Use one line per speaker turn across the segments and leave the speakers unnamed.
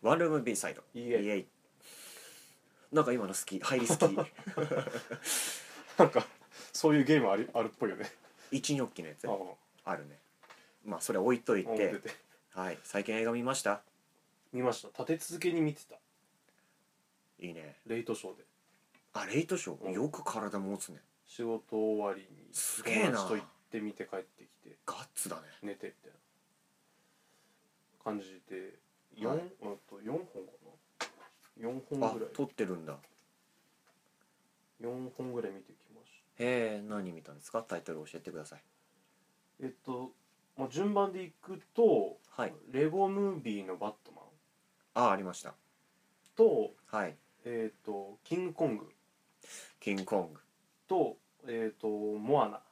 ワンルーム B サイド
イエイ
イなんか今の好き入り好 き
なんかそういうゲームありあるっぽいよね
一ニョッキのやつ
ああ
あるねまあそれ置いとい
思っててて
はい最近映画見ました
見ました立て続けに見てた
いいね
レイトショーで
あレイトショー、
うん
よく体持つね
仕事終わりに
すげえな
友達と行って見て帰ってきて
ガッツだね
寝てみたいな感じで4、
はい
うんと4本かな4
あ
本ぐらい
撮ってるんだ
4本ぐらい見てきまし
へえ何見たんですかタイトル教えてください
たえっと、まあ、順番でいくと、
はい
レゴムービーのバットマン
あありました
と
はい
えっとキングコング
キングコング
とえっとモアナ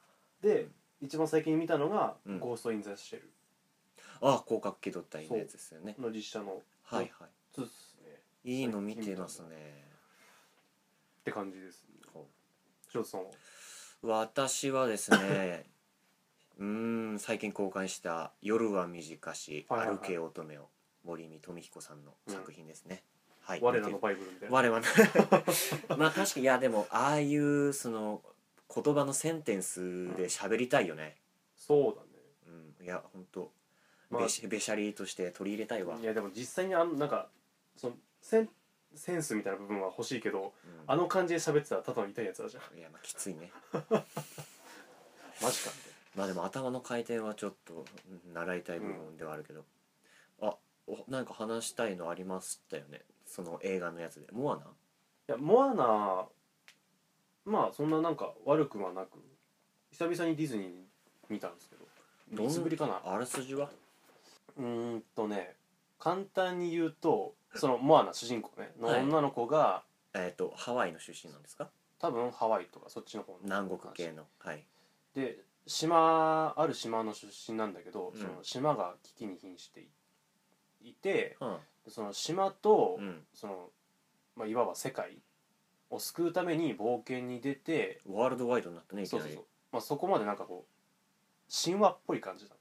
で一番最近見たのが、
うん
ゴースト・イン・ザ・シェル
ああ広角機動隊のやつですよね
の実写の
はいは
2ですねっ
いいいの見てますね
て感じですね
ほ
白田さんは
私はですね うーん最近公開した「夜は短し
はいはいはい
歩け乙女を」森見富彦さんの作品ですね、はい
我ら
見
の
て
バイブルみたいな
我はな まあ確かにいやでもああいうその言葉のセンテンスで喋りたいよね
そうだね
うんいや本当
まあ
べしべしゃりとして取り入れたいわ
いやでも実際にあのなんかそのセンセンスみたいな部分は欲しいけど
うん
あの感じで喋ってたらただの痛いやつだじゃん
いやまあきついね
マジかみ
まあでも頭の回転はちょっとうん習いたい部分ではあるけど、あおなんか話したいのありましたよねその映画のやつでモアナ
たいないやモアナまあそんななんか悪くはなく久々にディズニーに見たんですけど
ん
いつぶりかな
あらすじは
うーんとね簡単に言うとそのモアナ主人公ねの
はい
女の子が、
えっ、とハワイの出身なんですか
多分ハワイとかそっちの方の
南国系のはい
で島ある島の出身なんだけど、
うん
その島が危機に瀕していいて
うん
その島と、
うん
その、まあ、いわば世界を救うために冒険に出て
ワールドワイドになったねいき
そう
な
そう
り
そう、まあ、そこまでなんかこう神話っぽい感じだ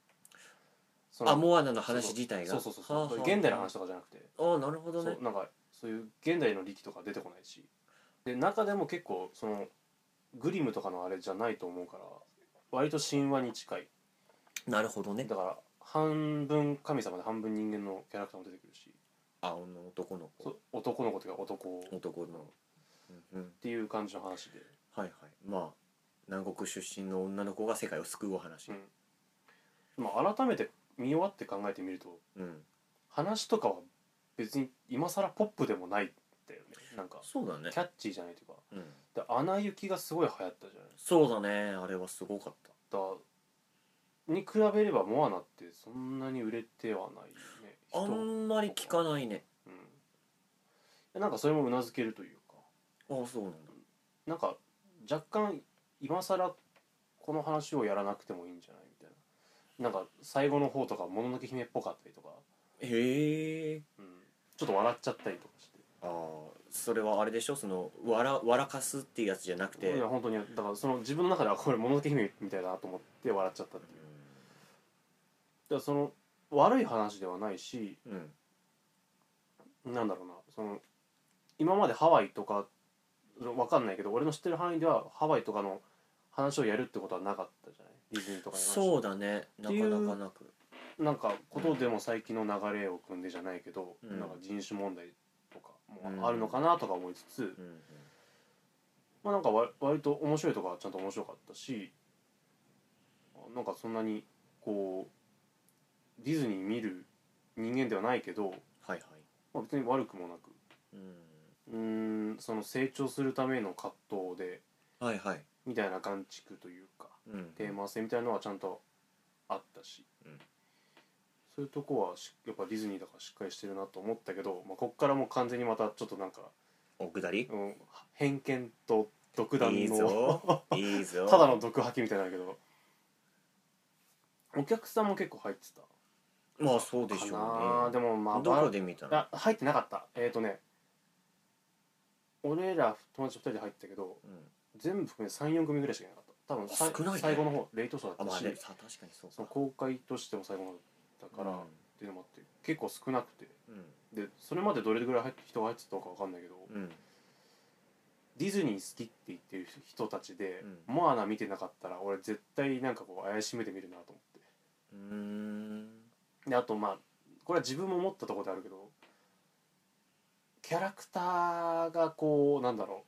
その
あモアナの話自体が
そうそうそうそう
はあはあ
現代の話とかじゃなくて、
あなるほどね
そうなんかそういう現代の力とか出てこないしで中でも結構そのグリムとかのあれじゃないと思うから割と神話に近い
なるほどね
だから半分神様で半分人間のキャラクターも出てくるし
青の男の子
そ男の子というか男っ
男のうんうん
ていう感じの話で、
はいはいまあ南国出身の女の子が世界を救うお話
うんまあ、改めて見終わって考えてみると
うん
話とかは別に今更ポップでもないんだよねなんか
そうだね
キャッチーじゃないというか
うん
で「アナ雪」がすごい流行ったじゃないです
そうだねあれはすごかった
かに比べれば「モアナ」ってそんなに売れてはないね
あ
うん
んまり聞かないね
なんかそれもうなずけるというか
あそうなんだ
なんか若干今更この話をやらなくてもいいんじゃないみたいななんか最後の方とか「もののけ姫」っぽかったりとか、
へえ
うん、ちょっと笑っちゃったりとかして
あーそれはあれでしょその笑笑かすっていうやつじゃなくて
いや本当にだからその自分の中ではこれ「もののけ姫」みたいだなと思って笑っちゃったっていうだからその悪い話ではないし
うんうん
なんだろうなその今までハワイとかわかんないけど俺の知ってる範囲ではハワイとかの話をやるってことはなかったじゃないディズニーとかに関して
そうだねなかなかなく
なんかことでも最近の流れを組んでじゃないけど、
うん
なんか人種問題とかもあるのかなとか思いつつ、
うんうん
まあなんかわ割と面白いとかはちゃんと面白かったしなんかそんなにこうディズニー見る人間ではないけど、
はいはい
まあ、別に悪くもなく
うん
うーんその成長するための葛藤で
はいはい
みたいな感じというか
うん
テーマ性みたいなのはちゃんとあったし、
うん
そういうとこはしやっぱディズニーだからしっかりしてるなと思ったけど、まあ、こっからもう完全にまたちょっとなんか、
おくだり
うん、偏見と独断
いい
の
ぞいいぞ
ただの毒吐きみたいなんだけどお客さんも結構入ってた
まあそうで
か
し
な
ょうね
でもまあ
ど
バ
こ
ラ
で見たの
あ入ってなかったえっ、ー、とね俺ら友達2人で入ったけど
うん
全部含めて34組ぐらいしかいなかった多分さ
あ少ないね
最後の方レイトショーだ
あ
っ
ま
た
あ
し
ねさ確かにそう
その
か
公開としても最後のだから、っ
う
ていうのもあって結構少なくて
ん
でそれまでどれぐらい入って人が入ってたのかわかんないけど、
うん
ディズニー好きって言ってる人たちで、
う
モアナ見てなかったら俺絶対なんかこう怪しめてみるなと思っ
うーん
てであとまあこれは自分も思ったところであるけどキャラクターがこうなんだろ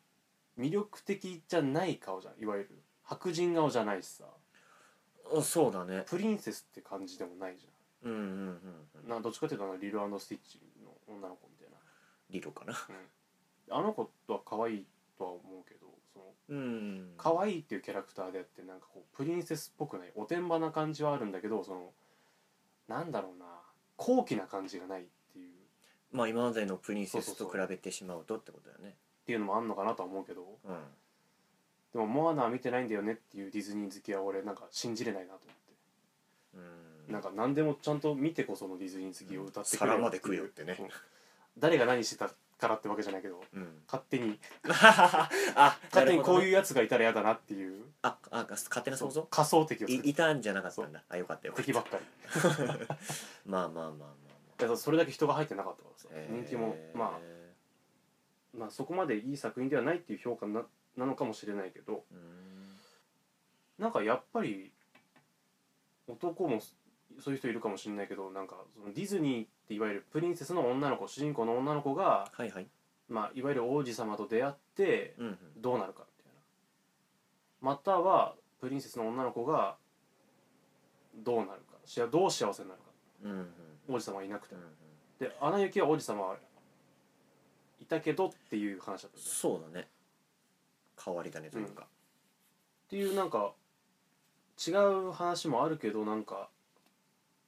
う魅力的じゃない顔じゃんいわゆる白人顔じゃないしさ
あそうだね
プリンセスって感じでもないじ
うんうんうん
ゃん
うん
なんかどっちかっていうとあのリルスティッチの女の子みたい
理路かな
な、あの子とは可愛いとは思うけどその
うん
可愛いっていうキャラクターであってなんかこうプリンセスっぽくないおてんばな感じはあるんだけどそのなんだろうな高貴な感じがないっていうっ
まあ今までのプリンセス
そう
と
そ
比
うそう
べてしまうとってことだよね
ていうのもあんのかなとは思うけど
うん
でも「モアナは見てないんだよね」っていうディズニー好きは俺なんか信じれないなと思って、
うん
なんか何でもちゃんと見てこそのディズニー好きを歌ってれ
皿
る
ま
っ
で
ていう
食うよってね
うん誰が何してたからってわけじゃないけど
うん
勝手に
あ
勝手にこう
う
いうやつがいたら嫌だなっていう
ああ勝手な想像
仮想敵を作
い
る
いたんじゃなかったんだあよかったよかっ
敵ばっかり
たまあまあまあまあまあ
だからそれだけ人が入ってなかったからさ
えー
人気もまあまあ、そこまでいい作品ではないっていう評価ななのかもしれないけど
うん
なんかやっぱり男もそそういう人いるかもしれないけどなんかそのディズニーっていわゆるプリンセスの女の子主人公の女の子が、
はいはい
まあ、いわゆる王子様と出会って
うんうん
どうなるかみたいなまたはプリンセスの女の子がどうなるかしあどう幸せになるか
うんうん
王子様はいなくて
うんう
も
ん
で「アナ雪」は王子様はいたけどっていう話だったよね
そうだね変わり種というか
っていうなんか違う話もあるけどなんか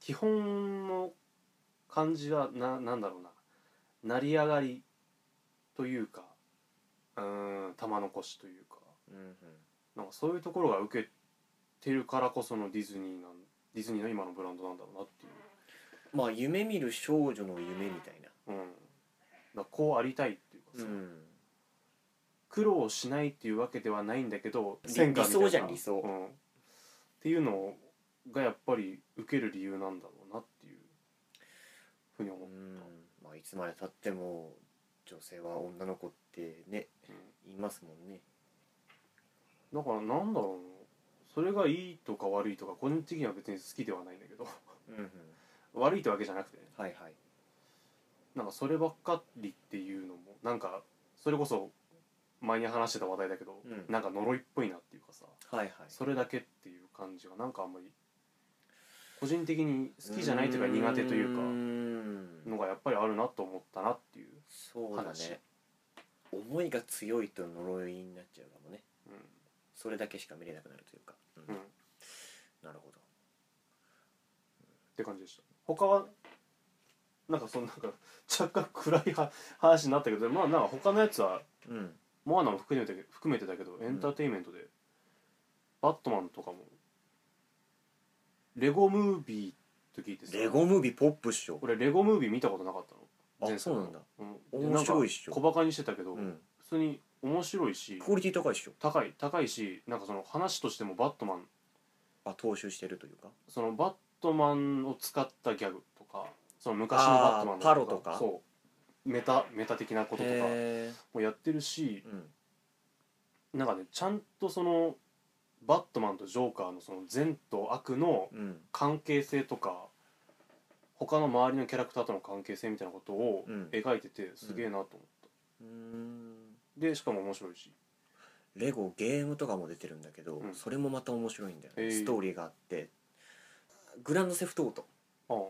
基本の感じはななんだろうな成り上がりというかうーん玉残しというか
うんうん
なんかそういうところが受けてるからこそのディズニーなんディズニーの今のブランドなんだろうなってい
まあ夢見る少女の夢みたいな
う、うん、だからこうありたいっていうかさ、
ん
苦労しないっていうわけではないんだけど
理
戦果みたい
理
な
想じゃん理想
うん、っていうのがやっぱり受ける理由なんだろうなっていうふうに思
う
う、
んまあいつまでたっても女性は女の子ってね言いますもんね
だからなんだろうなそれがいいとか悪いとか個人的には別に好きではないんだけど
うんうん
悪いってわけじゃなくてね
はいはい
なんかそればっかりっていうのもなんかそれこそ前に話してた話題だけど、
うん
なんか呪いっぽいなっていうかさ
はいはい
それだけっていう感じがなんかあんまり個人的に好きじゃないというか苦手というか
うん
のがやっぱりあるなと思ったなっていう、
そうだ
話
ね思いが強いと呪いになっちゃうかもねそれだけしか見れなくなるというか、う
うんんうん、っ
なるほど
て感じでした他はなんかそのなんか若干暗いは話になったけどまあなんか他のやつは
うん
モアナも含めて含めてだけどエンターテインメントで、バットマンとかもレゴムービーと聞いてさ
レゴムービーポップっしょ
俺レゴムービー見たことなかったの
あ
前作
そ
の
うなんだ
うんで
面白いっしょ
なんか小バカにしてたけど、
うん
普通に面白いし
クオリティ高いっしょ
高い高いしなんかその話としてもバットマン
あ踏襲してるというか
そのバットマンを使ったギャグとかその昔のバットマンの
あーパロとか
そうメタメタ的なこととか
へ
もやってるし
ーうん
なんかねちゃんとそのバットマンとジョーカーのその善と悪の
うん
関係性とか他の周りのキャラクターとの関係性みたいなことを
うん
描いててすげえなと思った、
うーん
でしかも面白いし
レゴゲームとかも出てるんだけど、
うん
それもまた面白いんだよね、
へー
ストーリーがあってグランドセフトオート
ああ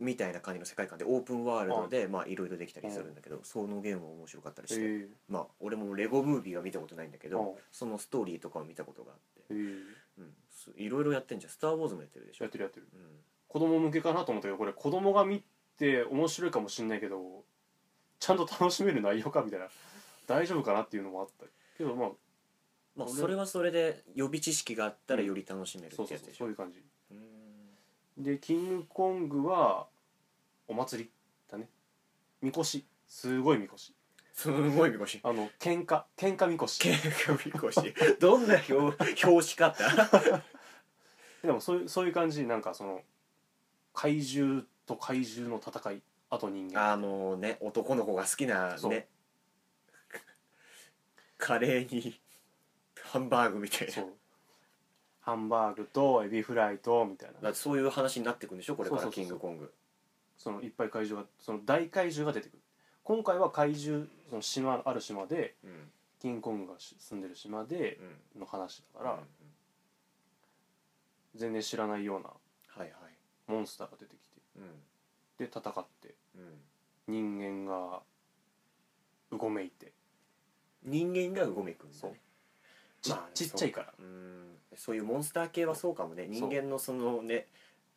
みたいな感じの世界観でオープンワールドでまあいろいろできたりするんだけど、そのゲームも面白かったりして、
え
まあ俺もレゴムービーは見たことないんだけ
えああ
どそのストーリーとかを見たことがあって
ええ
うんすいろいろやってんじゃん「スター・ウォーズ」もやってるでしょ
やっ、てるやってる
うん、
子供向けかなと思ったけどこれ子供が見て面白いかもしれないけどちゃんと楽しめる内容かみたいな大丈夫かなっていうのもあったけどまあ
まあ
俺
それはそれで予備知識があったらより楽しめる
そう
ってやつ
そうそう
でし
そ
ょ
ういう感じ
うーん
で「キングコング」はお祭りだねみこしすごいみこし
す ごいみこし
あの喧嘩喧嘩みこし
喧嘩みこし どんな表表紙方
でもそういうそういう感じになんかその怪獣と怪獣の戦いあと人間
あのね男の子が好きな
そう
ねカレーにハンバーグみたいな
そうハンバーグとエビフライとみたい
だ
な
ってそういう話になってくんでしょこれか
そ
ら
うそ
キ
う
ン
そうそう
グコング
そのいっぱい怪獣がその大怪獣が出てくる今回は怪獣その島ある島で
うんうん
キングコングが住んでる島での話だから、
うん
全然知らないような
はいはい
モンスターが出てき
うん
てで戦って
うん
人間がうごめいて
人間がうごめくんだ
そう
ね
ち,、
まあね
ちっちゃいから
うんそういうモンスター系はそうかもね人
そう
間のそのね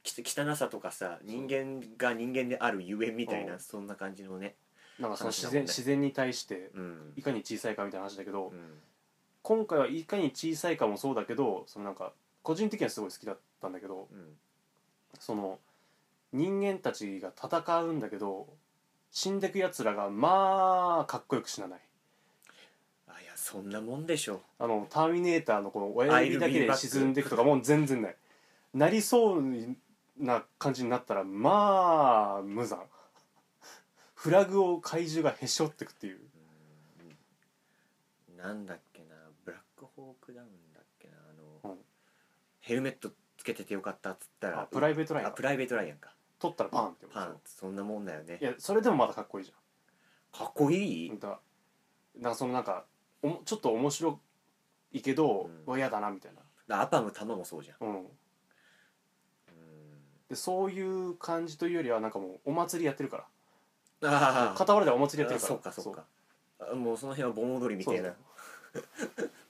き汚さとかさ人間が人間であるゆえんみたいな
うん
そんな感じのね
なんかその
話
自
だもん
然,、
ね
自然に対して
うん
いかに小さいかみたいな話だけ
う
ど、
ん
今回はいかに小さいかもそうだけどそのなんか個人的にはすごい好きだったんだけど
うん
その人間たちが戦うんだけど死んでくやつらがまあかっこよく死なない
あいやそんなもんでしょ
あの「ターミネーター」のこの親指だけで沈んでいくとかもう全然ないなりそうな感じになったらまあ無残フラグを怪獣がへし折ってくっていう
うんなんだっけなブラックホークダウンだっけなあの、
うん
ヘルメットつけててよかったっつったら
あプラ
イ
イベートライン
あプライベートラインやんか
取ったらパンって
パンそんなもんだよね
いやそれでもまだかっこいいじゃん
かっこいい、
なんかなんかそのなんかおもちょっと面白いけど、
うん
は嫌だなみたいな、
アパム玉もそうじゃん
うん、
うん
でそういう感じというよりはなんかもうお祭りやってるか
あ
ら
あ
片割れでお祭りやってるから
そうかそうかあもうその辺は盆踊りみたいな
そう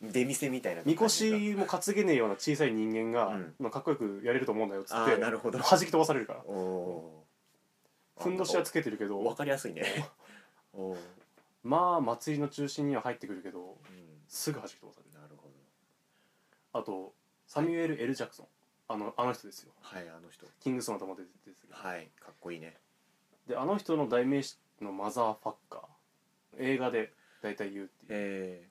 出店みたいな
みこしも担げねえような小さい人間が、
うん
まあかっこよくやれると思うんだよっつっ
あ
て
あなるほど
弾き飛ばされるから
おおー
ふんどしはつけてるけ
あわ
ど
かりやすいね おー
まあ祭りの中心には入ってくるけど
うん
すぐ弾き飛ばされる
なるほど
あとサミュエル・ L ・ジャクソンあのあの人ですよ
はいあの人
キングスマンとも出てるんですけど
はいかっこいいね
であの人の代名詞のマザーファッカー映画で大体言うっていう
え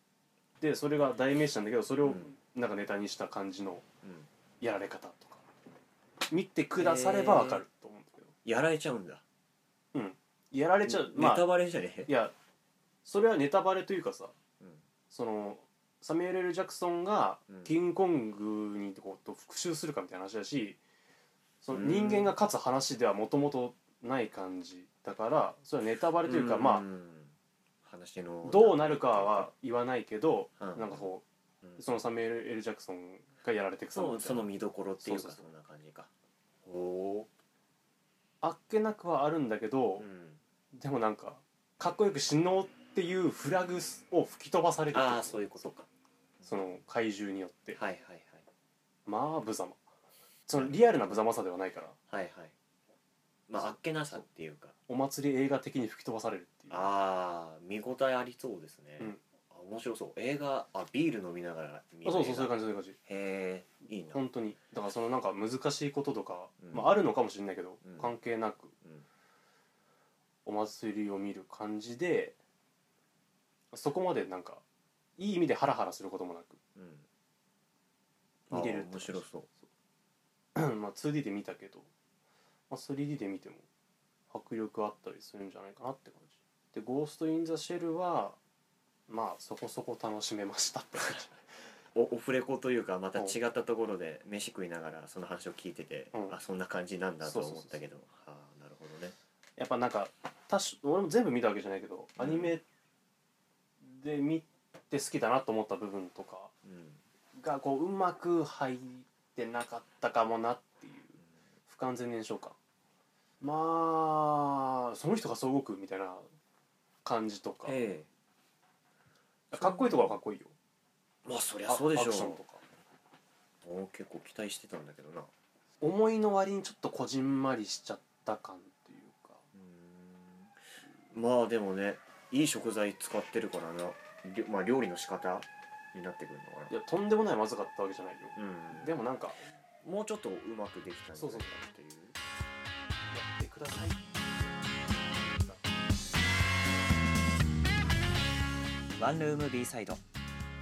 でそれが代名詞なんだけどそれ
う
を
ん
なんかネタにした感じの
ーうん、
やられ方とか見てくださればわかると思うんだけど、
やられちゃうんだ、
やられちゃうま
ネタ
あ
バレじゃねえ
いやそれはネタバレというかさ
うん
そのサミュエル・ L ジャクソンが
うん
キングコングにこうと復讐するかみたいな話だしその
うん
人間が勝つ話ではもともとない感じだからそれはネタバレというか、まあ
ん話の
どうなるかは言わないけど、
うん
なんかこう、
うん
そのサミュエル・ L ・ジャクソンがやられていく
その
様みたい
その
な
見どころっていう
そう
か
そ
そんな感じかおお、
あっけなくはあるんだけど
う、ん、
でもなんかかっこよく死のうっていうフラグを吹き飛ばされてくる
ああそういうことか
その怪獣によって
はいはいはい
まあ無様そのリアルな無様さではないから
はいはいまああっけなさっていうか
お祭り映画的に吹き飛ばされるっていう
ああ見応えありそうですね、
うん
あ面白そう映画あビール飲みながら見
あそうそう
映画
そういう感じそういう感じ
へえいいな、
本当にだからそのなんか難しいこととか、
うん
まあ、あるのかもしれないけど、
うん
関係なく
うん
お祭りを見る感じでそこまでなんかいい意味でハラハラすることもな
うん、
く見れる
あー面白そう
う まあ 2D で見たけど、まあ、3D で見ても迫力あったりするんじゃないかなって感じで「ゴースト・イン・ザ・シェル」はまあそこそこ楽しめましたって感じ、
おオフレコというかまた違ったところで飯食いながらその話を聞いてて、
うん
あそんな感じなんだと
そうそうそう
思ったけどああなるほどね
やっぱなんか多種俺も全部見たわけじゃないけど
うん
アニメで見て好きだなと思った部分とか
うん
がこううまく入ってなかったかもなっていう不完全燃焼感まあその人がそう動くみたいな感じとか
え
かっこいいとこはかっこいいよ
えまあそりゃ
あ
そうで
ア
し
クション
ょ
とか
うお結構期待してたんだけどな
思いの割にちょっとこじんまりしちゃった感というか
うんまあでもねいい食材使ってるからなりょまあ料理の仕方になってくるのか
いやとんでもないまずかったわけじゃないよ
なうん
でもなんかや
もうちょっとうまくできたんじゃないかなっていう
ってください
ワンルーム B サイド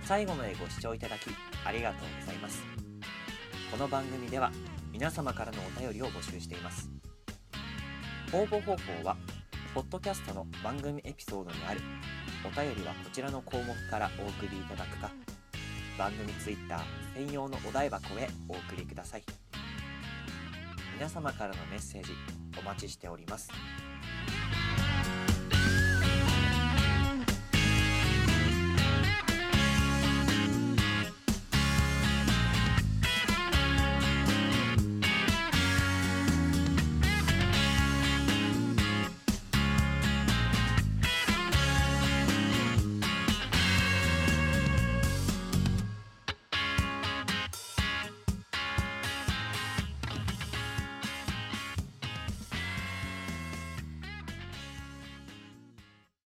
最後までご視聴いただきありがとうございますこの番組では皆様からのお便りを募集しています応募方法はポッドキャストの番組エピソードにあるお便りはこちらの項目からお送りいただくか番組ツイッター専用のお台箱へお送りください皆様からのメッセージお待ちしております